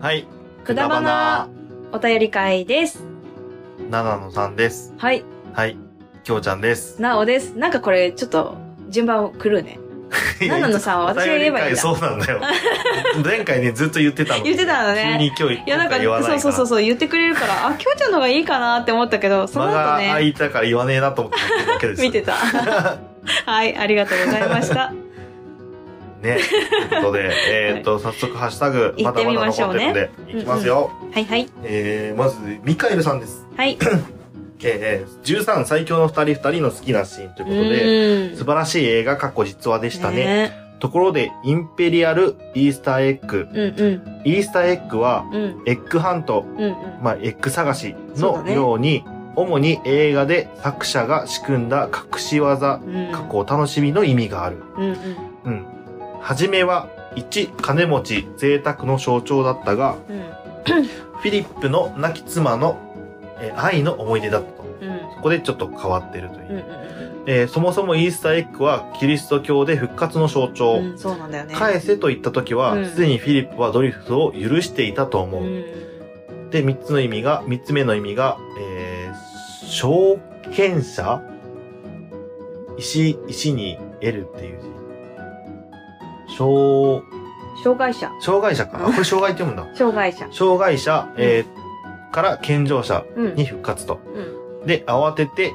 はい。くだばなお便り会です。七のさんです。はい、はい。きょうちゃんです。なおです。なんかこれ、ちょっと、順番狂うね。 ななのさんは私が言えば いいんだお便り会そうなんだよ。前回ね、ずっと言ってたのに。言ってたのね急に今日、いや、なんか、言わないそうそうそうそそう、言ってくれるから、あ、きょうちゃんの方がいいかなって思ったけど、 その間後が空ね、いたから言わねえなと思って見てるだけです。見てた。 はい、ありがとうございました。ね。ということ で、えーっと、早速、ハッシュタグ、行まってだまみだましょ残っうてるねんで、いきますよ。はいはい。えー、まず、ミカエルさんです。はい。えー、13最強の二人二人の好きなシーンといううことで、ーん。素晴らしい映画、過去実話でしたね。ね。ところで、インペリアル・イースターエッグ。うんうん。イースターエッグは、うんエッグハント、うんうん。まあ、エッグ探しそうだのねように、主に映画で作者が仕組んだ隠し技、うん過去を楽しみの意味がある。うんうんうん。はじめは、1、金持ち、贅沢の象徴だったが、うんフィリップの亡き妻の、えー愛の思い出だったと。うんそこでちょっと変わってるという。うんうんえーそもそもイースターエッグは、キリスト教で復活の象徴。うんうんそうなんだよね。返せと言った時はうん、すでにフィリップはドリフトを許していたとう思う。んで、三つの意味が、三つ目の意味が、えー、証券者石、石に得るっていう字。障、障害者。障害者か。あ、これ障害って読むんだ。障害者。障害者、えー、から健常者うん。うんに復活と。で、慌てて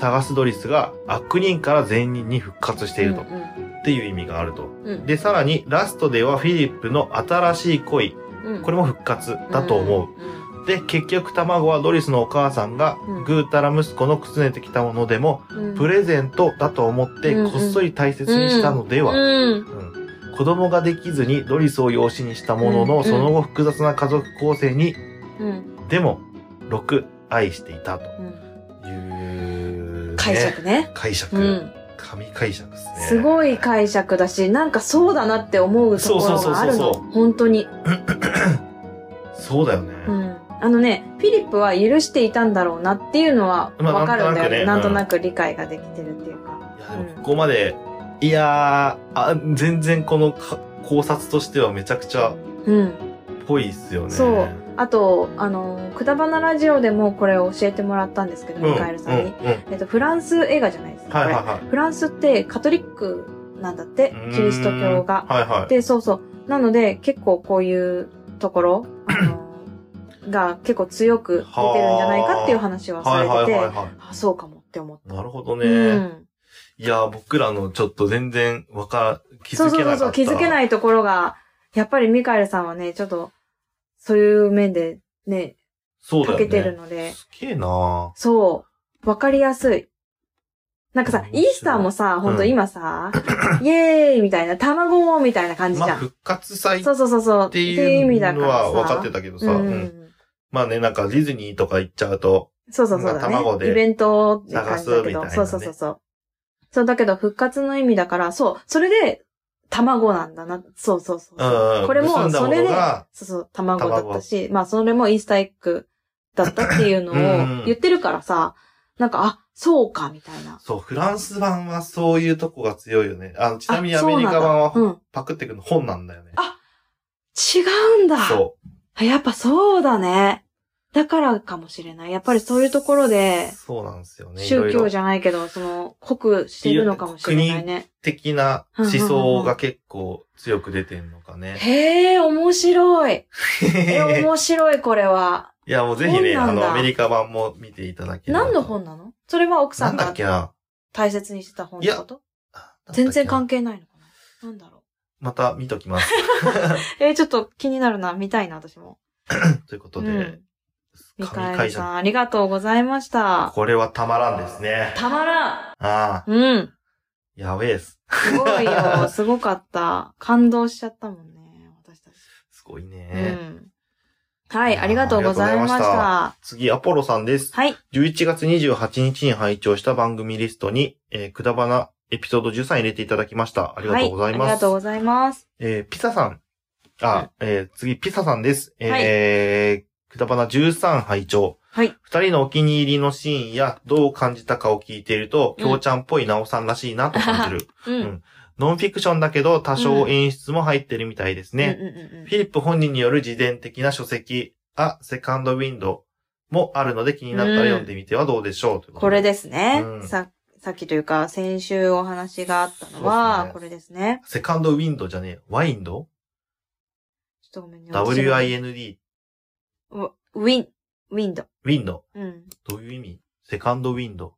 探すドリスが悪人から善人に復活していると。うんっていう意味があると。うん。で、さらに、ラストではフィリップの新しい恋、うん、これも復活だと思う。で、結局卵はドリスのお母さんがうん、ぐうたら息子のくすねてきたものでも、うん。うんプレゼントだと思って、うんうんこっそり大切にしたのでは、うん。うん子供ができずにドリスを養子にしたものの、うんその後複雑な家族構成に、うん。でも、6、愛していたとうんいう、ね、解。釈ね。解釈。うん。神解釈ですね。すごい解釈だし、なんかそうだなって思うところがあるそうそうそうのそう。本当に。そうだよね。うん。あのね、フィリップは許していたんだろうなっていうのはまあわかるんだよね。ななんんととななく理解ができてるっていうか。いや、でもここまで、いやーあ、全然このか考察としてはめちゃくちゃうん。ぽいっすよね。そう。あと、あの、くだばなラジオでもこれを教えてもらったんですけど、うん。ミカエルさんに。うんうんえっと、フランス映画じゃないですか。はいはいこはれフランスってカトリックなんだってい。、キリスト教が。うーん。はいはい。で、そうそう。なので、結構こういうところ、あの、が結構強く出てるんじゃないかっていう話はさはいれはいてて、はいはあ、そうかもって思っい。なるほどた。ね。うん。いやー、僕らのちょっと全然わか、気そうづそけうそなかうった。そう、気づけい。ないところが、やっぱりミカエルさんはね、ちょっと、そういう面でね、そうだ長よけね。てるので、すげえなそう、わかりやすい。なんかさ面、白イいースターもさ、ほんとうん今さ、イエーイみたいな、卵みたいな感ーじじまあ、ゃん。復活祭っそうそうそうそう。てって意い味うだのからさは分かってたけどさ。ううんん。まあね、なんかディズニーとか行っちゃうと、そうそうそうまあだね。卵でイベントって感じだ探すみけたいなど。ねそうそうそうそう。そう、だけど復活の意味だから、そう、それで、卵なんだな。そうそうそううそう。んうん。これも結んだそもれのでが、そうそう、卵だったし、まあそれもイースターエッグだったっていうのうんうんを言ってるからさ、なんか、あ、そうか、みたいな。そう、フランス版はそういうとこが強いよね。あの、ちなみにあアそうメなリんだカ版はうん。パクってくの本なんだよね。あ違うんだ。そあやっぱそうだね。だからかもしれない。やっぱりそういうところで、そうなんですよね。いろ宗いろ教じゃないけど、その、濃くしてるのかもしれないね。的な思想が結構強く出てんのかね。へえ、面白い。え、面白い、これは。いや、もうぜひね、あ本なんだの、アメリカ版も見ていただければ何の本なのそれは奥さなんんだっがけな。大切にしてた本ってこと全然関係ないのかななんだろまた見とき ます。う。えーちょっと気になるな、見たいな、私も。というこうとでん、。ミ神カエル会さ社。ん、ありがとうございました。これはたまらんですね。たまらんああ、うん。やべえっす。すごい よ。すごかった。感動しちゃったもんね、私たち。すごいうね。ん。はい、ありがとうございましありがとうございた。次、アポロさんです。はい。 11月28日に拝聴した番組リストに、えーくだばなエピソード13入れていただきました。ありがとうございはあまりがす。とうございます。えーピサさん。あ、えー次、ピサさんです。えーくだばな13拝聴はい。二人のお気に入りのシーンやどう感じたかを聞いていると、うんきょうちゃんっぽいなおさんらしいなと感じる。うんん。ノンフィクションだけど多少演出も入ってるみたいですね。うんうんうんうんフィリップ本人による自伝的な書籍、あ、セカンドウィンドもあるので気になったら読んでみてはどうでしょう。というとこれ。ですね、うんさ。さっきというか、先週お話があったのは、そうこれですね。セカンドウィンドじゃねえ、ワインドちょっとごめんね。私が ?W-I-N-D。ウウィン、ウィンド。ウィンド。うん。どういう意味セカンドウィンド。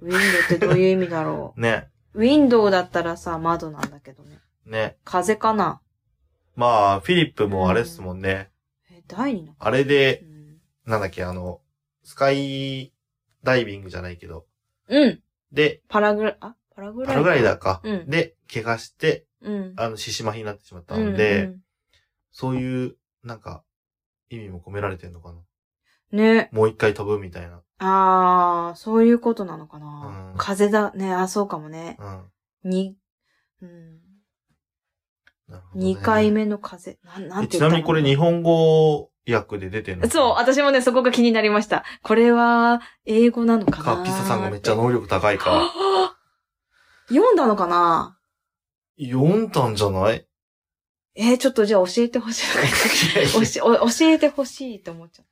ウィンドウってどういう意味だろね。 う。ウィンドウだったらさ、窓なんだけどね。ね。風かなまあ、フィリップもあれっすもんね。え、第二のあれで、うん。なんだっけ、あの、スカイダイビングじゃないけど。うん。で、パラグラ、あパラグラパイダー。ラグライダーか。うんで、怪我して、うん。あの、獅子麻痺になってしまったうんで、んそういう、なんか、意味も込められてんのかな。うんね。もう一回飛ぶみたいな。あー、そういうことなのかなう。ん風だ。ね、あ、そうかもね。うん。に、うん。なるほど、ね。二回。目の風。なん、なんえてちな言ったみのにこれ日本語訳で出てるのそう、私もね、そこが気になりました。これは、英語なのかなか、ピサさんがめっちゃは能力高いから。あ 読んだのかな読んだんじゃ ないえーちょっとじゃあ教えて ほしい。おしお教えてほしいと思っちゃった。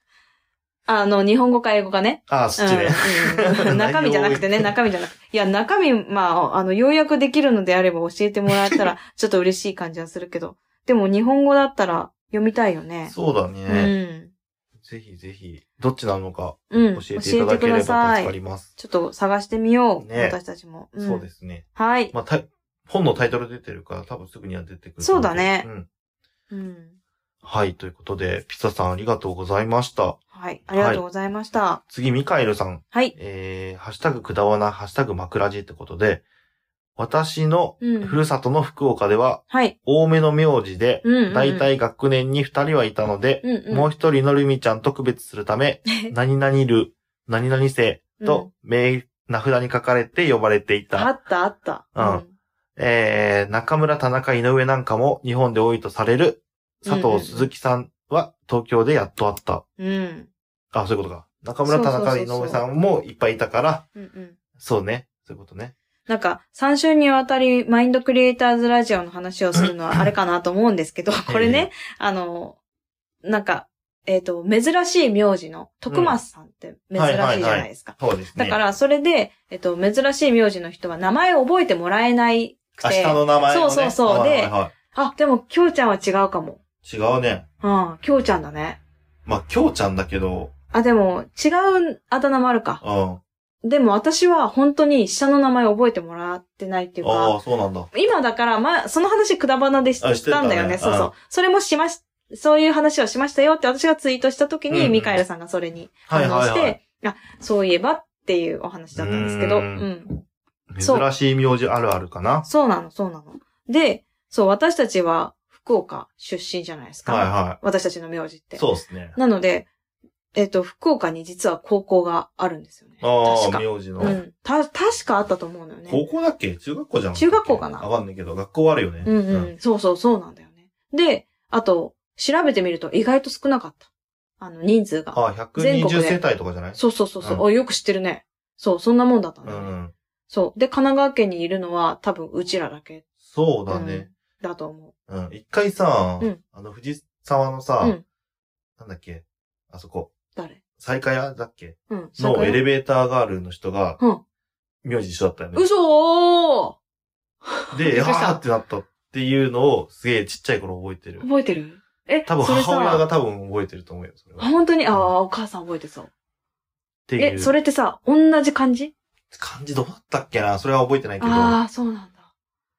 あの、日本語か英語かね。ああ、そっちね。うんう ん中身じゃなくてね、中身じゃなくて。いや、中身、まあ、あの、要約できるのであれば教えてもらえ たら、ちょっと嬉しい感じはするけど。でも、日本語だったら読みたいよね。そうだうね。ん。ぜひぜひ、どっちなのか、うん教えていただければ助かります。ちょっと探してみよう。ね私たちも。んそうですね。はい。まあ、た本のタイトル出てるから、多分すぐには出てくると思けど。そうだねうん。うん。はい、ということで、ピサさんありがとうございました。はい。ありがとうございました。次、ミカエルさん。はい。えー、ハッシュタグくだわな、ハッシュタグまくらじってことで、私のうんふるさとの福岡では、はい。多めの名字で、うんうんうんだいたい学年に二人はいたので、うんうん。もう一人のルミちゃんと区別するた め、何々る、何々せと、名、名札に書かれて呼ばれていあた。ったあった。うんえー、中村、田中、井上なんかも日本で多いとされる、佐うんうん藤、鈴木さんは東京でやっとあった。うん。うん。あ、そういうことか。中村、田中、そうそう井そうそう上さんもいっぱいいたから、うんうん。そうね。そういうことね。なんか、3週にわたり、マインドクリエイターズラジオの話をする のはあれかなと思うんですけど、これね、あの、なんか、えっ、と、珍しい名字の、徳松さんって珍しいじゃないですか。そうですね。だから、それで、えっ、と、珍しい名字の人は名前を覚えてもらえないく明て、日の名前をね。そうそうそうはいではいはあ、でも、きょうちゃんは違うかも。い違うね。うん、きょうちゃんだね。まあ、京ちゃんだけど、あ、でも、違うあだ名もあるか。うん。あでも、私は本当に下の名前を覚えてもらってないっていうか、あー、そうなんだ。今だから、まあ、その話くだばなでしあしてたたねんだよね。そうそうう。それもしまし、そういう話をしましたよって私がツイートした時うんに、うんミカエルさんがそれには反い応はいして、はい。あ、そういえばっていうお話だったんですけど、ううーんん。そう珍しい名字あるあるかな。そうなの、そうなの。で、そう、私たちは福岡出身じゃないですか。はいは私たちの名字って。い。そうですね。なので、えっ、と、福岡に実は高校があるんですよね。ああ、確か。名字の。うん。た、確かあったと思うのよね。高校だっけ中学校じゃん。中学校かなわかんないけど、学校はあるよね。うんうん。そうそうそうなんだよね。で、あと、調べてみると意外と少なかった。あの、人数が。ああ、全120国で世帯とかじゃないそうそうそうそう、うんおよく知ってるね。そう、そんなもんだったんうだよね。ん。そう。で、神奈川県にいるのは多分うちらだけ。そうだね。うんだと思うん。一回さうん、あの、藤沢のさう。う、ん。なんだっけあそこ、誰再開屋だっけうん。のエレベベーターガールの人がうん、名字一緒だったよね。嘘ーで、びっやくりしたーってなったっていうのをすげえちっちゃい頃覚えてる。覚えてるえ、多分それ母親がさ、多分覚えてると思うよ、それは。っ本当に、ああ、お母さん覚えてそう。ていう。え、それってさ、同じ感じ感じどうだったっけなそれは覚えてないけど、ああ、そうなんだ。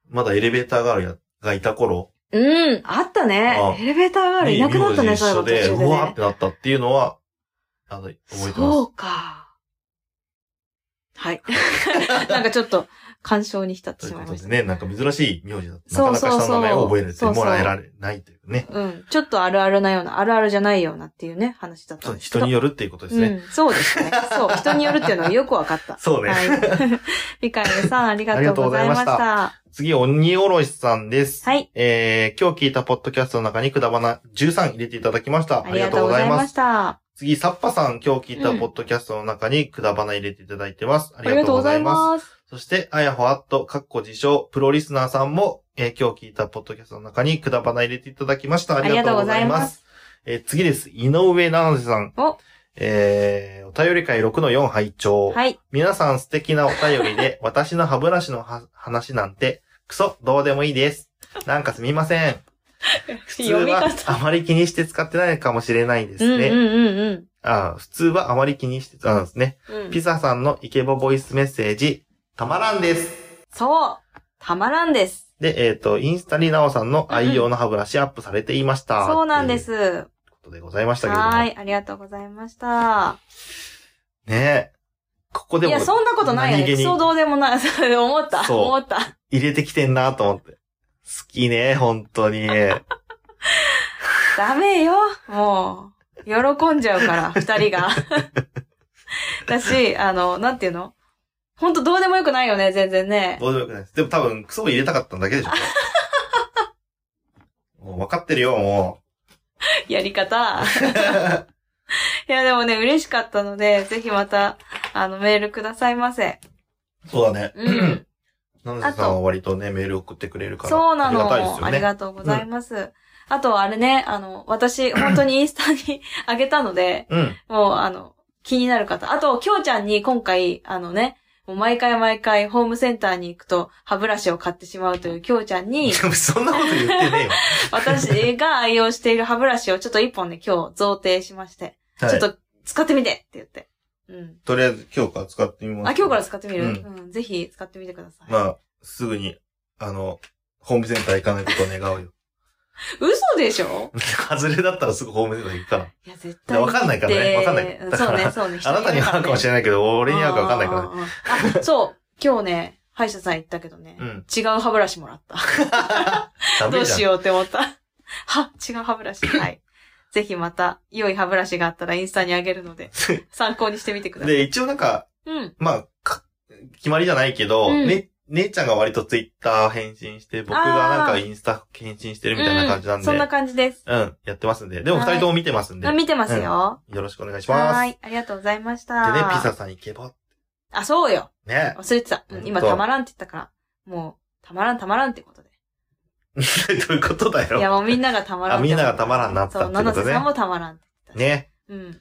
まだエレベーターガールやがいた頃うん、あったあね。エレベーターがあるいなくなった名ね、字そうい一緒えば途で、中でうわーねって。なったっていうのは、あの、覚えてます。そうか。はい。 なんかちょっと、干渉に浸ってといしうまこいとまでしね、た。なんか珍しい名字だった。そうなかなか下の名前を覚えれてそうそうもらえられないというね。うん。ちょっとあるあるなような、あるあるじゃないようなっていうね、話だったそんうですけ人ど。によるっていうことですね。うん。そうですね。そう。人によるっていうのはよくわかった。そうねはい。 ミカエルさん、ありがとうございましありがとうござた。次、鬼おろしさんです。はい。えー、今日聞いたポッドキャストの中にくだばな13入れていただきました。ありがとうございました。次、サッパさん、今日聞いたポッドキャストの中にくだばな入れていただいてます。あありがとうございます。す。そして、あやほあっと、かっこ自称、プロリスナーさんも、えー今日聞いたポッドキャストの中にくだばな入れていただきました。ありがとうございます。ありがとうございますえー次です。井上七瀬さん。おえー、お便り会6の4拝聴、はい。皆さん素敵なお便り で、私の歯ブラシのは話なんて、クソ、どうでもいいです。なんかすみません。普通 読みは方。あまり気にして使ってないかもしれないですうんうんね。うんうん。あ普通はあまり気にしてたんですね。うんピザさんのイケボボイスメッセージ、たまらんです。そうたまらんです。で、えっ、と、インスタになおさんの愛用の歯ブラシアップされていました。そうなんでというす。ことでございましたけれども。はーい。ありがとうございました。ねえ。ここでいもや、そんなことないよね。何気クにソどうでもない。 そう思った。そう思った。入れてきてんなと思って。好きね、本当 に。ダメよ。もう、喜んじゃうから、二人 が。だし、あの、なんていうのほんとどうでもよくないよね、全然ね。どうでもよくないです。でも多分、クソを入れたかったんだけでしょ。もう分かってるよ、もや り方。う。いや、でもね、嬉しかったので、ぜひまた、あの、メールくださいませ。そうだね。うん。ななせさんは割とね、メール送ってくれるから。そうなの。ありがたいですよありね。がとうございます。あと、あれね、あの、 私、本当にインスタに あげたので、うん。もう、あの、気になる方。あと、きょうちゃんに今回、あのね、もう毎回毎回ホームセンターに行くと歯ブラシを買ってしまうというきょうちゃん に、でもそんなこと言ってねえよ。私が愛用している歯ブラシをちょっと一本ね、今日贈呈しまして、はい、 ちょっと使ってみてって言って。うん。とりあえず今日から使ってみます。あ、今日から使ってみる、ううんん、ぜひ使ってみてください。まあ、すぐに、あの、ホームセンター行かないことを願うよ。 嘘でしょ外れだったらすぐホームセンター行くから。 いや、絶い対。やわかんないからねわかんないうんだそかうねら、そうね。あなたには合うかもしれないけど、俺に合うか分かんないからね。らあ、そう。今日ね、歯医者さん行ったけどね。うん。違う歯ブラシもらった。ダどメうじゃんし。ようって思った。 は、違う歯ブラシ。はい。ぜひまた、良い歯ブラシがあったらインスタにあげる ので、参考にしてみてください。で、一応なんか、うん。まあ、か決まりじゃないけど、うんね、姉ちゃんが割とツイッター返信して、僕がなんかインスタ返信してるみたいな感じなんうで、そんな感じです。うん、やってますんで。でもは二い人とも見てますんで、あ見てますよ。よろしくお願いします。はーい。ありがとうございました。でね、ピザさん行けば、あ、そうよ。 ね。忘れてた。うん今、本当たまらんって言ったから、もう、たまらんたまらんってことで。どういうことだいや、よ。もうみんながたまらんあって。みんながたまらんなったそう、ってことね七瀬さんもたまらんって言ってね。た。うん。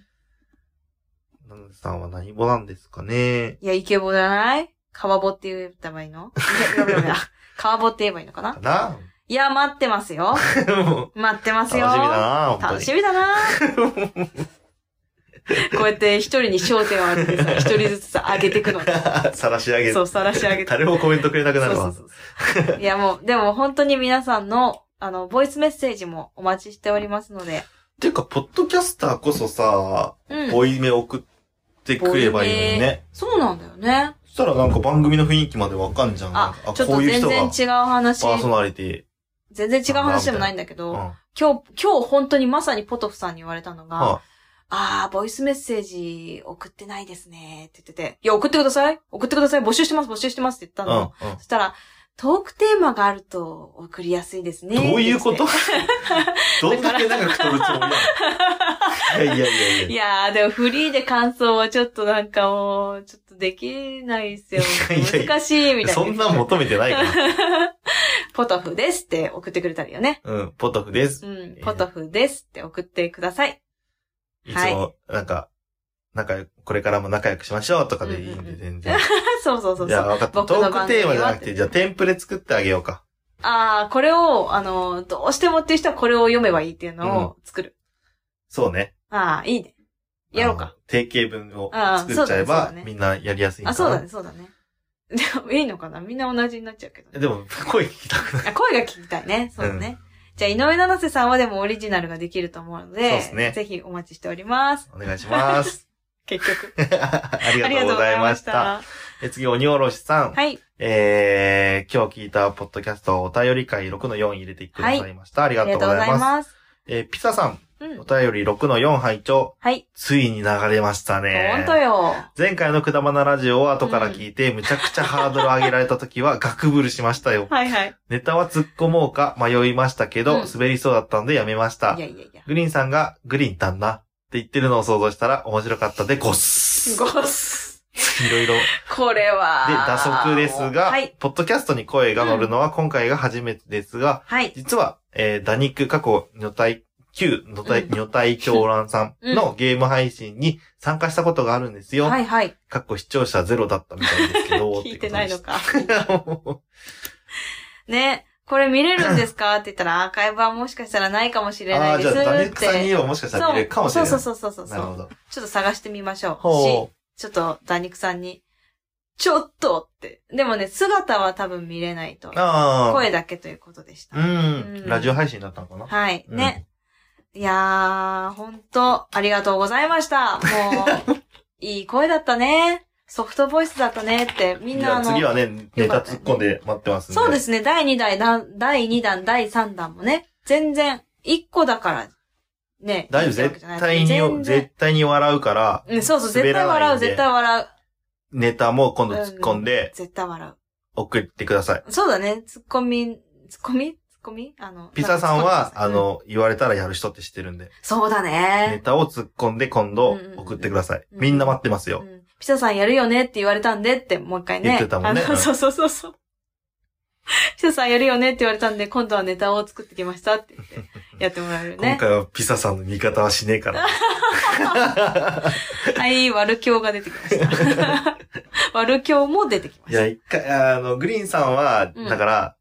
ナナさんは何語なんですかね。いや、イケボじゃない川ボって言った方がいいのいや、いやい やいや川ボって言えばいいのかなかないや、待ってますよ。もう待ってま楽しすみよ。だな本当に。楽しみだな こうやって一人に焦点を当ててさ、一人ずつさ、上げていくの。さらし上げる。そう、さらし上げて。誰もコメントくれなくなるそわう。そうそうそう。いや、もう、でも本当に皆さんの、あの、ボイスメッセージもお待ちしておりますので。ていうか、ポッドキャスターこそさ、うん。ボイメ送ってくればいいのにボイね。そうなんだよね。そしたらなんか番組の雰囲気までわかんじゃん。なあんか、ちょっと全然違う話パ、ーソナリティ。全然違う話でもないんだけうん。ど、は今日、今日本当にまさにポトフさんに言われたのが、ああー、ボイスメッセージ送ってないですねって言ってて、いや、送ってください送ってください募集してます募集してますって言っうたん。うの。んそしたら、トークテーマがあると送りやすいですね。どういうこって とどんだけ長く撮るつもりなのいやいやいや言っていいや。やー、でもフリーで感想はちょっとなんかもう、ちょっとできないですよいやいやいや。難しいみたいな。そんなん求めてないから。 ポトフですって送ってくれたらいいよね。うん、ポトフです。うん、ポトフですって送ってください。 いつはいも、なんか、仲良く、これからも仲良くしましょうとかでいいんうんうんうで、ん全然。そうそうそうじそゃあう。分かった。僕トのークテーマじゃなく番組はってて、じゃあテンプレ作ってあげようか。ああ、これを、あの、どうしてもっていう人はこれを読めばいいっていうのを作る。そうね。ああ、いいね。やろうか。あの。定型文をあ作っちゃえそばうだねそうだね、みんなやりやすいあ、かそうだなね、。そうだね。でもいいのかなみんな同じになっちゃうけ どね。でも、声聞きたくない。あ声が聞きたいね。そうだね。じゃあ、井上七瀬さんはでもオリジナルができると思うのそうで、ですねぜひお待ちしております。お願いします。 結局。ありがとありがうごとうござざいいまましした。た。え次、鬼おろしさん。はい。えー、今日聞いたポッドキャストお便り会6の4入れてくださいました。ありあがりとがうごとうござざいいます。ます。えーピサさん、うんお。便り6の4拝聴はい。ついに流れましたね。本当よ。前回のくだばなラジオを後から聞いて、むちゃくちゃハードル上げられた時はガクブルしましたよ。はいはい。ネタは突っ込もうか迷いましたけど、うん滑りそうだったんでやめましたいや。いやいや。グリーンさんが、グリーン旦那言ってるのを想像したら面白かったでごっす。ごっす。いろいろ。で、これは。打足ですが、はい。ポッドキャストに声が乗るのは今回が初めてですが、はい。実は、えー、打肉過去、女体、旧、女体、うん女体狂乱さん のゲーム配信に参加したことがあるんですよ。はいはい。かっこ視聴者ゼロだったみたいですけど。 聞いてないのか。か。ね。これ見れるんです かって言ったら、アーカイブはもしかしたらないかもしれあなあいー、でじすゃっあ、て。ダニックさんにはもしかしたら見れるかもしれない。そうそうそうそうそなるほう。ど。ちょっと探してみましょう。しほちょっと、ダニクさんに、ちょっとって。でもね、姿は多分見れないとう。。ああ。声だけということでした。うん、うんラジオ配信だったのかなはい。うんね。いやー、ほんと、ありがとうございました。も う、いい声だったね。ソフトボイスだったねって、みんじゃなああの、次はね、ネタよかったね突っ込んで待ってますんで。そうですね、第2弾、だ第2弾、第3弾もね、全然、1個だから、ね。大丈夫、いいわけ絶じゃない対全に、然絶対に笑うから、うん、そうそう、絶対滑ら笑ないんう、で絶対笑う。ネタも今度突っ込んで絶対笑送ってください。う。そうだね、ツッコミ、ツッコミツッコミあの、ピザさんは、あなんかの、言われたらやる人って知ってるんで、ツッコミ、そうだネね。タを突っ込んで今う度んうんうん送ってください。うんみんな待ってますうよ。んピザさんやるよねって言われたんでって、もう一回ね。言ってたもんねあうのんそうそうそうそう。ピザさんやるよねって言われたんで、今度はネタを作ってきましたって言って、やってもらえる 今ね。回はピザさんの味方はしねえ から。はい、悪教が出てきました。 悪教も出てきまいしや、た。一回、あの、グリーンさんは、うんだから、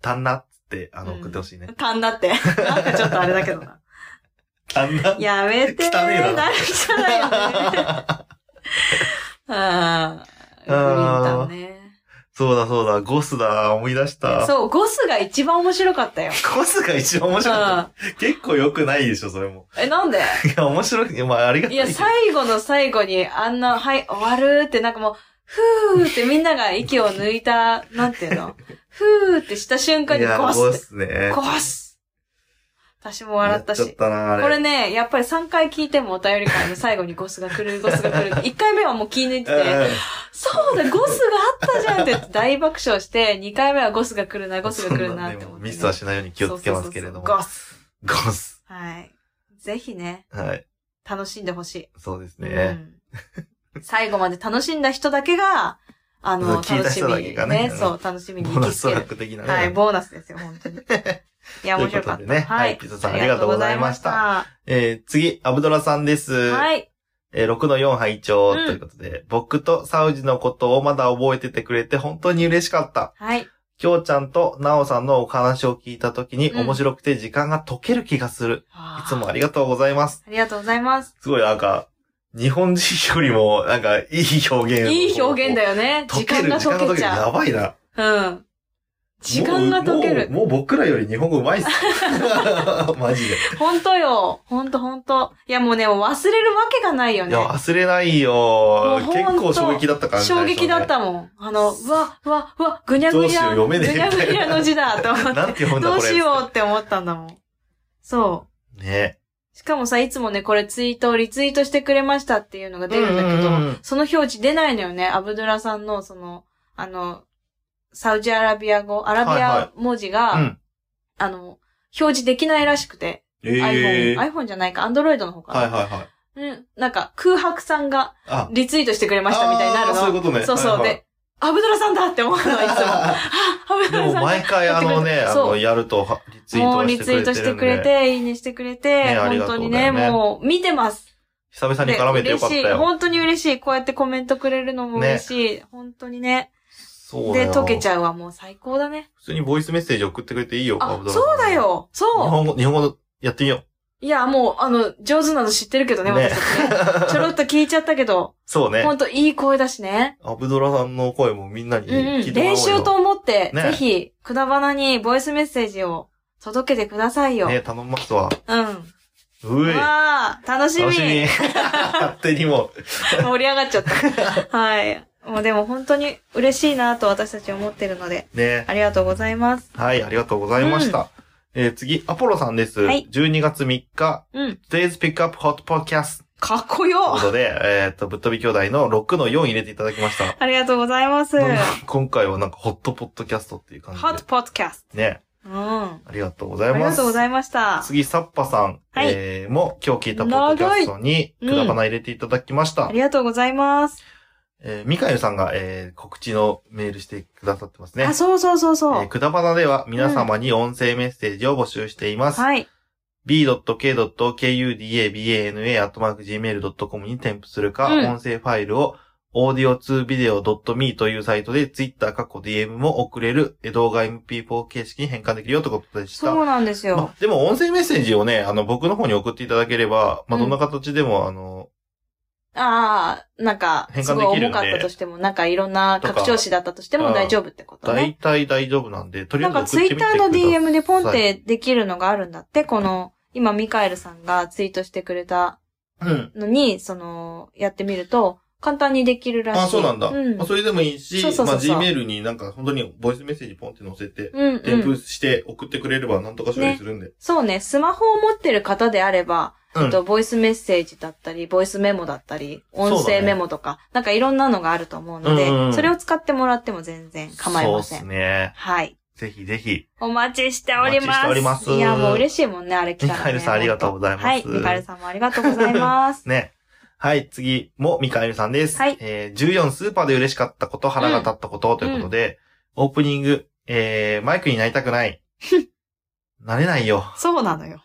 タンナっつって、あの、うん送ってほしいね。勘だって。なんかちょっとあれだけどな。タンナやめてー。 汚ねえなダメじゃないよ ね。ああ、グリーンタンね。そうだそうだ、ゴスだ、思い出した。そう、ゴスが一番面白かったよ。ゴスが一番面白かった。結構良くないでしょ、それも。え、なんでいや、面白くて、まあ、ありがたいいけや、ど。最後の最後にあんな、はい、終わるってなんかもう、ふーってみんなが息を抜いた、なんていう のふーってした瞬間いにや、ゴゴスっスねて。。ゴス私も笑ったやっちゃっし。たな、あこれ。れね、やっぱり3回聞いてもお便り会の最後にゴスが来る、ゴスが来る。1回 目はもう気抜いてて、そうだ、ゴスがあったじゃんって言って大爆笑して、2回目はゴスが来るな、ゴゴスが来るなって思ってね、ミスはしないように気をつけますけれども。そうそうそうゴス。ゴス。はい。ぜひね、はい。楽しんでほしそうですい。ね。うん最後まで楽しんだ人だけが、そあうの、聞いた楽し人みだけにがねねそう、楽しみにボー行ナきスつトけラッる。ク的なね。はい、ボーナスですよ、本当に。いや、という面こ白かとでった。ねはいピザさんありがとうございましたあえー次、アブドラさんです。りがとうございましたはい。えー6の4拝聴とうんいうことで、僕とサウジのことをまだ覚えててくれて本当に嬉しかった。はい。きょうちゃんとなおさんのお話を聞いた時にうん面白くて時間が解ける気がする。いつもありがとうございます。ありがとうございます。すごいなんか、日本人よりもなんかいい表現。いい表現だよね。時解け間る。が時間が溶解けけちる。ゃやう。ばいな。うん。時間が解ける。もうもうもう僕らより日本語 上手いっす。マジで。ほんとよ。ほんとほんと。いやもうね、忘れるわけがないよいねや、。忘れないもよう。ほん結と構衝撃だった感じ、衝撃だったもん。あの、うわ、うわ、うわ、ぐにゃぐにどゃ、うしよう読ぐめねえにゃぐにゃの字だ、と思最初ね。っなんて読むて。んだどこうれ。。しようって思ったんだもん。そうね。う。しかもさ、いつもね、これツイートをリツイートしてくれましたっていうのが出るんだけうど、んうんうんその表示出ないのよね。アブドゥラさんの、その、あの、サウジアラビア語、アラビはいはア文字が、うん。あの、表示できないらしくて、え iPhone、iPhone じゃないか、Android の方かな。はいはいはい。うん、なんか、空白さんが あ、リツイートしてくれましたみたいになるの。あーそういうことね。そうそう。はいはいで、アブドラさんだって思うの、いつも。あ、アブド でラさんもだ。毎回あの ね、あその、うやるとは、リツイートもはうしリてツイートしてくくれれてるんで。て、いいねしてくれて、ねあり本がとう当ございにますね、もう見てます。久々に絡めてよかったで嬉しい。よ。本当に嬉しい。こうやってコメントくれるのも嬉しい。本当にね。そうだで、よ。溶けちゃうわ、もう最高だね。普通にボイスメッセージ送ってくれていいよ、アあブ、ドラさんそうだ。よ。日そう。本語、日本語やってみよいや、もう、あの、上手なの知ってるけどう。ね、ね 私たちね。ちょろっと聞いちゃったけど、そう ねほ。んといい声だしね。アブドラさんの声もみんなにうんう聞いてん。もらおうよ。練習と思って、ねぜひ、くだばなにボイスメッセージを届けてくださいよ。ね、頼みますわ。うん。うえ。わあ、楽しみ。楽しみ。 勝手にもう。盛り上がっちゃ った。はい。もうでも本当に嬉しいなと私たち思ってるので、ね。ありがとうございます。はい、ありがとうございました。えー次、アポロさんです。はい12月3日、うん。 Today's Pick Up Hot Podcast かっこといようことで、えっと、ぶっ飛び兄弟の6の4入れていただきました。ありがとうございます。 なんか今回はなんかホットポッドキャストっていう感じで。 Hot Podcast。ね。うん。あありがとうございりまがす。とうございました。次、サッパさん、はいえー、も今日聞いたポッドキャストに、長いくだばな入れていただきました。ありがとうございます。えー、ミカエルさんが、えー、告知のメールしてくださってますね。あ、そうそうそうえそーう。くだばなでは皆様に音声メッセージを募集しています。はい。 b.k.kudabana.gmail.com に添付するか、うん音声ファイルを audio2video.me というサイトで Twitter 過去 DM も送れるえ動画 MP4 形式に変換できるよということでした。そうなんですよま。あでも音声メッセージをね、あの、僕の方に送っていただければ、まあ、うどんんな形でも、あの、ああ、なんか、変換すごでいきる重んでかったとしても、なんかいろんな拡張子だったとしてともか大丈夫ってこと大ね。体大丈夫なんで、とりあなえんずか送ツっイてみてッくだタさい。ーの DM でポンってできるのがあるんだって、この、今ミカエルさんがツイートしてくれたうん。のに、その、やってみると、簡単にできるらしい。あ、そうなんだ。うん。まあ、それでもいいし、そうそうそうそうまあ、Gmail になんか本当にボイスメッセージポンって載せて、うんう添ん。付して送ってくれればなんとか処理するんで。そうね、スマホを持ってる方であれば、うんえっと、ボイスメッセージだったり、ボイスメモだったり、音そうだ声ねメモとか、なんかいろんなのがあると思うので、うんうんそれを使ってもらっても全然構いません。そうですね。はい。ぜひぜひ。お待ちしております。お待ちしておりますいや、もう嬉しいもんね、あれ来たら、ね。ミカエルさんありがとうございますはい、ミカエルさんもありがとうござ います。ね。はい、次もミカエルさんです。はいえー、14スーパーで嬉しかったこと、腹が立ったことということで、オープニング、えー、マイクになりたく ない。なれないよ。そうなのよ。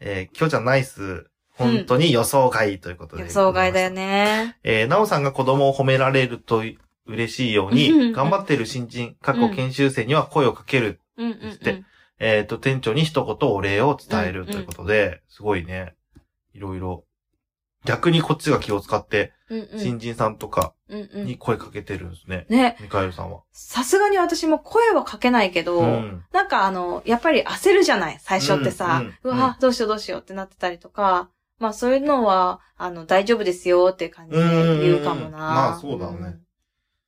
えー、今日じゃナイス。本当に予想外ということで、予想外だよ。ね。えー、なおさんが子供を褒められると嬉しいよううん うんに、頑張ってる新人、過去研修生には声をかけるうんうん、言っうてん。えっ、と、店長に一言お礼を伝えうるんということで、すごいね、いろいろ。逆にこっちが気を使って、うんうん新人さんとかうんうんに。声かけてるんですね。ね、ミカエルさんは。さすがに私も声はかけないけど、うん。なんかあの、やっぱり焦るじゃない最初ってさ、ううんうんわ、どうしようどうしようってなってたりとか、まあそういうのは、あの、大丈夫ですよっていう感じで言うかもうんな。まあそうだねん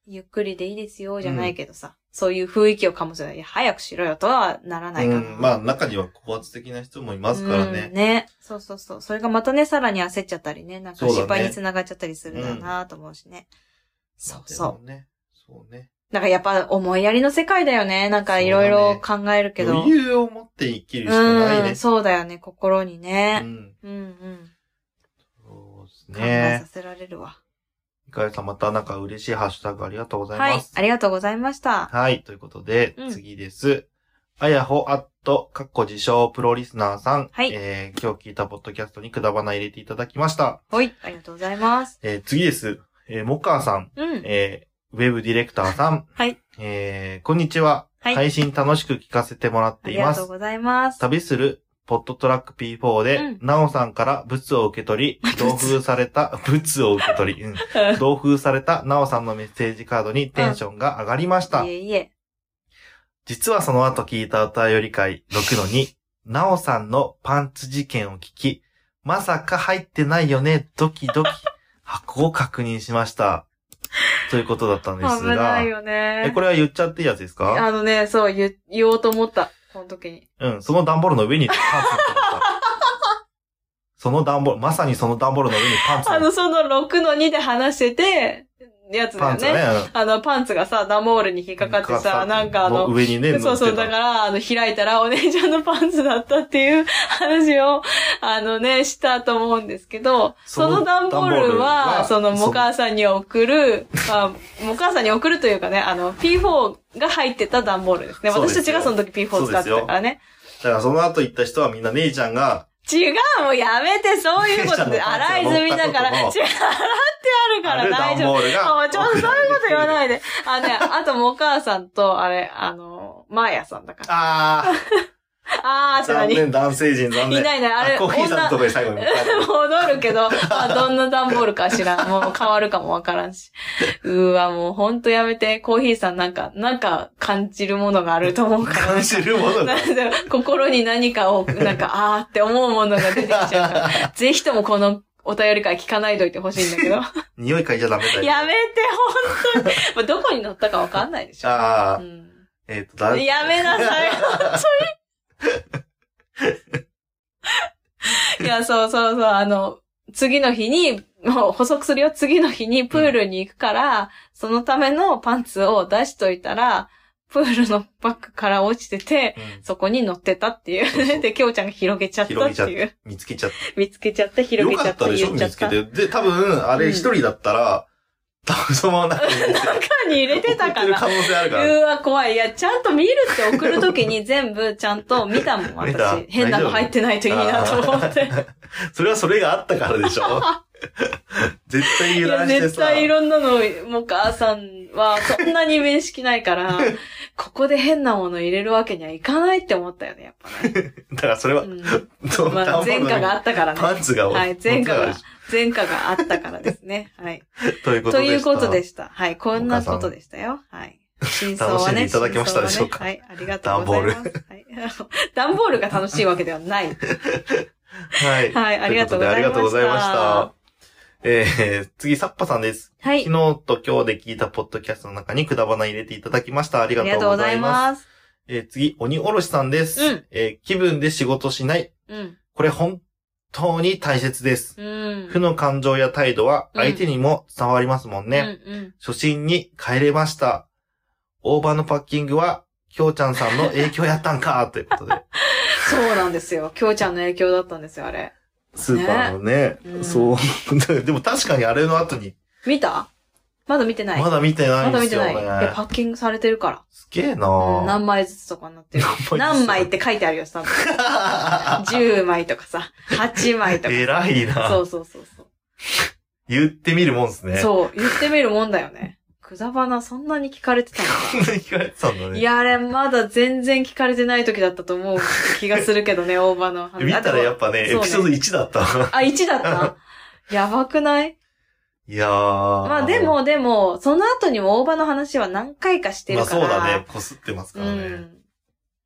ゆっくりでいいですよじゃないけどさ、そういう雰囲気を醸すのに早くしろよとはならないかな。うんまあ中には高圧的な人もいますからうんね。ね。そうそうそう。それがまたね、さらに焦っちゃったりね、なんそかうだね失敗につながっちゃったりするんだよなと思うしね。そうそう。う。ね。そうね。なんかやっぱ思いやりの世界だよね。なんかいろいろ考えるけど。余裕を持って生きるしかないうん、ね。そうだよね、心にうね。ん。うん、うん、そうです考えねさ。せられるわ。ミカエルさんまたなんか嬉しいハッシュタグありがとうございはまいす。、ありがとうございました。はい。ということで、うん次です。あやほアット、かっこ自称プロリスナーさん。はいえー、今日聞いたポッドキャストにくだばな入れていただきました。ほい、ありがとうございます。えー、次です。えー、もっかーさん。うん。えー、ウェブディレクターさん。はい。えー、こんにちは。はい配信楽しく聞かせてもらっあてりいがまとうす。ございます。旅する、ポットトラック P4 で、うんなおさんからブツを受け取り、同封され た、ブツを受け取り、うん、同封されたなおさんのメッセージカードにテンションが上がりましたい。えいえ。実はその後聞いたお便り会6の2、なおさんのパンツ事件を聞き、まさか入ってないよね、ドキドキ、箱を確認しました。ということだったんです危ないが、よえ、ねこ。れは言っちゃっていいやつですかあのね、そう、言、言おうと思った。この時に。うん、その段ボールの上にパンツ乗ってました。 その段ボール、まさにその段ボールの上にパンツ乗あっての、その6の2で話してて、やつだパよンツね。がね、あの、パンツがさ、ダモールに引っうかかってさ、なんかあの、上にね、そうそう、乗っだてかたら、あの、開いたらお姉ちゃんのパンツだったっていう 話を、あのね、したと思うんですけど、その段ボールは、その、もかさんに 送る、まあ、もかさんに送るというかね、あの、P4 が入ってた段ボールですね。そうで私すよたちがその時 P4 使ってたからね。だからその後行った人はみんな姉ちゃんが、違う、もうやめて、そうい うこと姉で、ちゃんの洗い済みだから、パ違う、洗ンっツてあるかあらる大段丈夫。ボールが、あ、ちょ、そういうこと言わい。ないで。あ、ね、あともお母さんと、あれ、あの、マーヤさんだから。ああーあ、って何残念、男性陣残念。いないいないあれコーヒーさんのとこに最後に向かえる。 戻るけど、まあ、どんな段ボールか知 らん。もう変わるかもわからんし。うーわ、もうほんとやめて。コーヒーさんなんか、なんか感じるものがあると思うから。感じるものが。なんだろう心に何かを、なんか、あーって思うものが出てきちゃう から。ぜひともこのお便り会聞かないといてほしいんだ けど。匂い嗅いじゃダメだよ。やめて、ほんとに。まあ、どこに乗ったかわかんないでしょ。ああ、うんえっと、だ、やめなさい、本 当に。いや、そうそうそう、あの、次の日に、もう補足するよ、次の日にプールに行くから、そのためのパンツを出しといたら、プールのバッグから落ちてて、うんそこに乗ってたっていう。そうそうで、きょうちゃんが広げちゃったって広いう。見つけちゃっ見つけちゃった、た。広よげちかゃっった、たでし言ょっ見ちゃっつけた。て。で、多分、あれうん一人だったら、多分そのまま中に入れてる。中に入れてた入かれてるら。可能性ある うから。ーわ、怖い。いや、ちゃんと見るって送るときに 全部ちゃんと見たもん、見た私。変な大丈の夫入ってないといいなと思って。 それはそれがあったからでしょ絶対い油や、断して絶さ。対いろんなの、もう母さんはそんなに面識な いから、ここで変なもの入れるわけにはいかないって思ったよね、やっぱね。だからそれ は、うそん。うまあ、前科があったからパね。ンツが、はい、前科パンがツ、前科があったからですね。はい。と いうこととでいしうた。ことでした。はい、こんなお母さこんとでしたよ。はい。真相は楽しんでね。いただけましたでしょうか真相はねはい、ありがとうございます。はい 段ボールが楽しいわけではない。はい。はいありがとうございましあたりがとうございました。えー、次、サッパさんです。はい昨。日と今日で聞いたポッドキャストの中にくだばな入れていただきました。ありあがりがととううごござざいいます。ます。えー、次、鬼おろしさんです。うんえー、気分で仕事しない。うん。これ本当に大切です。うん。負の感情や態度は相手にも伝わりますもんね。うんうん。初心に帰れました。大葉のパッキングは、きょうちゃんさんの影響やったんか、ということ で。そうなんですよ。きょうちゃんの影響だったんですよ、あれ。スーパーのね、うんそう。で も確かにあれの後に、見たまだ見てない。まだ見てないまんだです見てよない。ね。いやパッキングされてるかすげえなら。うんぁ。何枚ずつとかに なってる。何何枚枚っですて書いてあるよ、 多分。か10枚とかさ、8枚とか。偉いなそうそうそうそう。言ってみるもんですね。う。そう、言ってみるもんだよね。くだばな、そんなに聞かれてたのか。聞かれてたんだ ね。いや、あれ、まだ全然聞かれてない時だったと思う気がするけどね、大場の話。見たらやっっぱね、そうエねピソード1だった わ。あ、1だったやばくないいやー。まあで、も、でも、その後にも大場の話は何回かしてまあるかそうら。だね、こすってますからうね。ん。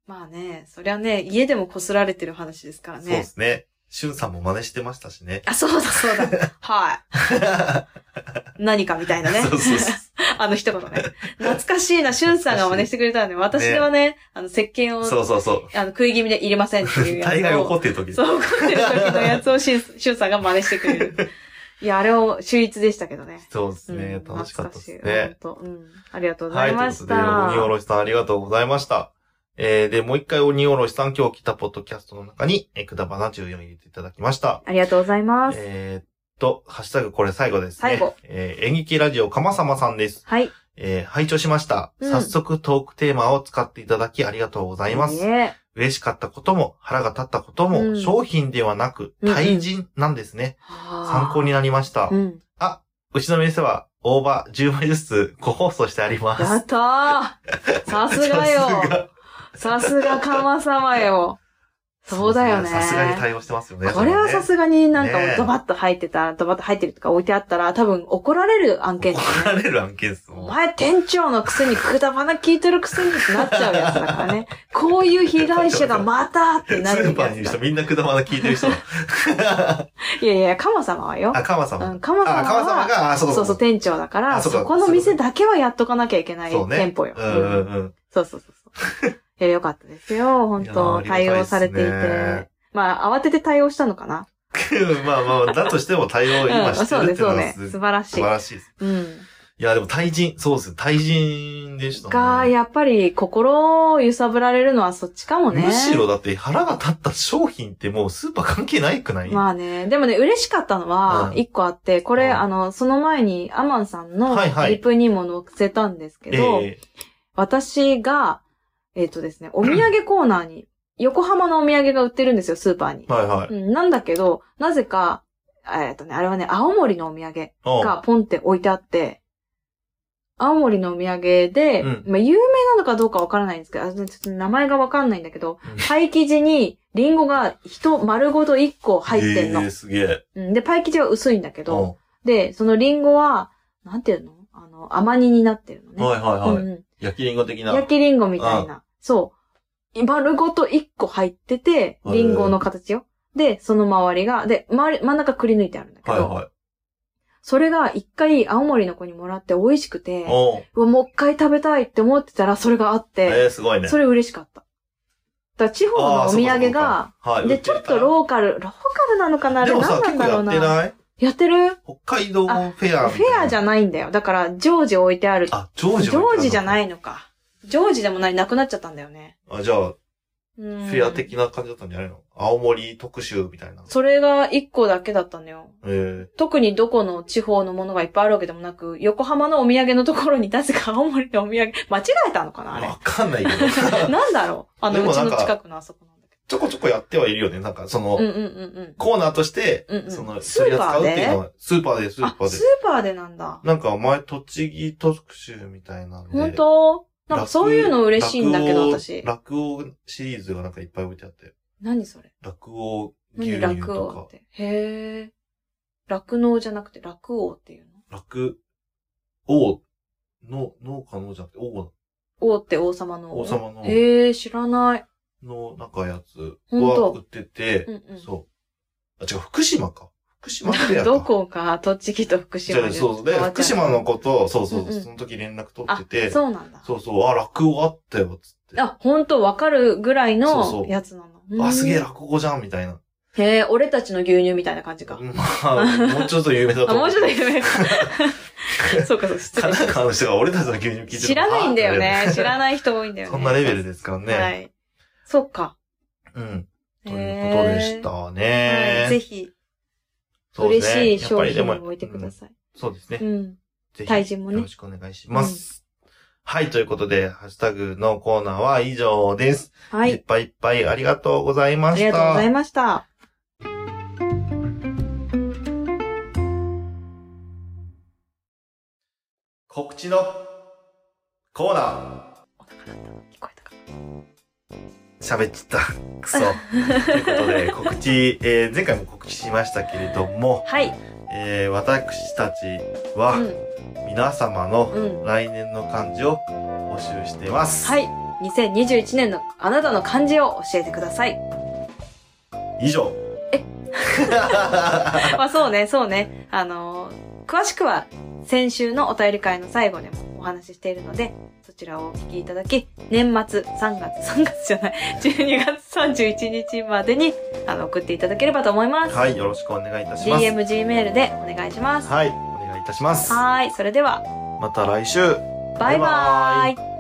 まあね、そりゃね、家でもこすられてる話ですからそうでね。すね。しゅんさんも真似してましたしね。あ、そうだそ うだ。はい。何かみたいなね。そうそうそう あの一言ね。懐かしいな、しゅんさんが真似してくれたので、私ではね、あの、石鹸を、そうそうそう。あの、食い気味で入れませんっていうやつを。大概怒ってる時そう、怒ってる時のやつをしゅんしゅんさんが真似してくれる。いや、あれを秀逸でしたけどね。そうですうねん。楽しかったです懐かしいね。ほんとうん。ありがとうござはいい、といまうこしとた。で、鬼おろしさんありがとうございました。えー、で、もう一回鬼おろしさん今日来たポッドキャストの中に、えー、くだばな14入れていただきました。ありがとうございます。えー、っと、ハッシュタグこれ最後ですね。最後。えー、演劇ラジオかまさまさんです。はい。えー、拝聴しました。うん早速トークテーマを使っていただきありがとうございます。ね嬉しかったことも腹が立ったことも、うん商品ではなくうんうん対人なんですね。参参考になりました。うん。うちの店は大葉10枚ずつ個包装してあります。やった ーさすがよさすがかまさまよそうだよね。さすがに対応してますよね。これはさがすがになんかねえドバッと入ってた、ドバッと入ってるとか置いてあったら多分怒られる案件だ怒らよね。れる案件ですもおん。前店長のくせにくだばな聞いてるくせにってなっちゃうやつだからね。こういう被害者がまたってスなるやーつパだーにいる人みんなくだまだ聞いてる人。いやいや、かまさまはよ。あ、かまさうまん、。かまさまあ、かまさまは、が、あ、そうそうそう、店長だから、あそうかそこの店だけはやっとかなきゃいけないそうね。店舗よ。うんうんうん。 そうそうそうそう。いや、よかったですよ、本いやー当ありがたい対ですね応されていて。まあ、慌てて対応したのかな。まあまあ、だとしても対応う今ん、してそうるね、っていうそうのはね。す素素晴らし晴い。らしいです。うん。いや、でも対人、そうですね。対人でしたね。が、やっぱり心を揺さぶられるのはそっちかもね。むしろだって腹が立った商品ってもうスーパー関係ないくないまあね、でもね、嬉しかったのはう、ん一個あって、これ、うんあの、その前にアマンさんのはいはいリプにも載せたんですけど、え私が、えっ、とですね、お土産コーナ ーに、横浜のお土産が売ってるんですよ、スーパーにえ。はいはい。うん、なんだけど、なぜか、えっ、とね、あれはね、青森のお土産うんがポンって置いてあって、青森のお土産で、うんまあ、有名なのかどうかわからないんですけど、あちょっと名前がわかんないんだけど、うんパイ生地にリンゴが一丸ごと1個入ってんのええ。すげえ。うんで、パイ生地は薄いんだけうんど、で、そのリンゴは、なんていうのあの、甘煮になってるのね。はいはいはうい。んうん焼きりんご的な。焼きリンゴみたいな。そう。丸ごと1個入ってて、リンゴの形よ。で、その周りが、で、周り、真ん中くり抜いてあるんだけど、はいはい。それが一回青森の子にもらって美味しくて、おううわもう一回食べたいって思ってたらそれがあって、ええすごいね。それ嬉しかった。だから地方のお土あー、そうかそ産が、うかはい。で、ちょっとローカル、ローカルなのかなあでれも何さ、なん結構だろやうっな。てないやってる北海道フェアみたいな。フェアじゃないんだよ。だから、常時置いてある。あ、ジョージ常時じゃい。ないのか。ジョージでもない、亡くなっちゃったんだよね。あ、じゃあ、うフん。ェア的な感じだったんじゃないの青森特集みたいな。それが一個だけだったんだよ。え特にどこの地方のものがいっぱいあるわけでもなく、横浜のお土産のところに出すか青森のお土産、間違えたのかえなあれわ。かんないけど。 なんだろうあでの、もうちなんのか近くのあそこなんだけちょこちょこやってはいるよね。なんか、その、ど。うんうんうんコーナーとして、うんうんその、スーパーで取り扱うっていうのは、スーパーで、スうん。ーあパ、ーでス。ーパーでなんだ。なんか、前、栃木特集みたいなので。本当なんか落そういうの嬉しいんだけど、落語私。落語シリーズがなんかいっぱい置いてあって。何それ落語牛何乳楽と王かっ。て。へえ。酪農じゃなくて楽王っていうの落、王の、農家のじゃなくて、王王って王様の王様のへえ、知らない。のなんかやつほんはと売っててう、んうん。そう。あ、違う、福島か。福島フェアか。 どこか、栃木と福じゃ島あそうで、福島の子と、そうそう、うんうんその時連絡取あってて、そうなんだ。そうそう、あ、落語あったよ、つって。あ、ほんとわかるぐらいそうのそうやつなんだ。うんあ、すげえ落語じゃん、みたいな。へえ、俺たちの牛乳みたいな感じか。まあ、もうちょっと有名だとあ、思う。もうちょっと有名か。そうか、そう、失 神礼奈した川の人が俺たちの牛乳聞いてる知らないんだよね。知ないらない人多いんだよね。そんなレベルですからね。はい。そっか。うん。といへーうことでし。たね。はい、ぜひ、そうで嬉すねしい商やっ品ぱをりでも置いてください。うんそうですね。うん。ぜひ対人もねよろしくお願いします。はい、ということで、ハッシュタグのコーナーは以上です。はいいっい。ぱいいっぱいありがとうございあました。りがとうございました。告知のコーナー。お腹鳴った聞こえたか喋っちゃった。くそ。と いうことで、告知、えー前回も告知しましたけれども、はい。えー私たちは、皆様うのん。うん。来年の漢字を募集してます。はい。2021年のあなたの漢字を教えてくだ さい。以上。まあそうね、そうね。あのー詳しくは先週のお便り会の最後でもお話ししているので、そちらをお聞きいただき、年末3月、3月じゃない、12月31日までにあの送っていただければと思います。はい、よろしくお願いいたします。 DM、G メールでお願いします。はい、お願いいたします。はーい。それでは、また来週。バイババイババーイイバーイ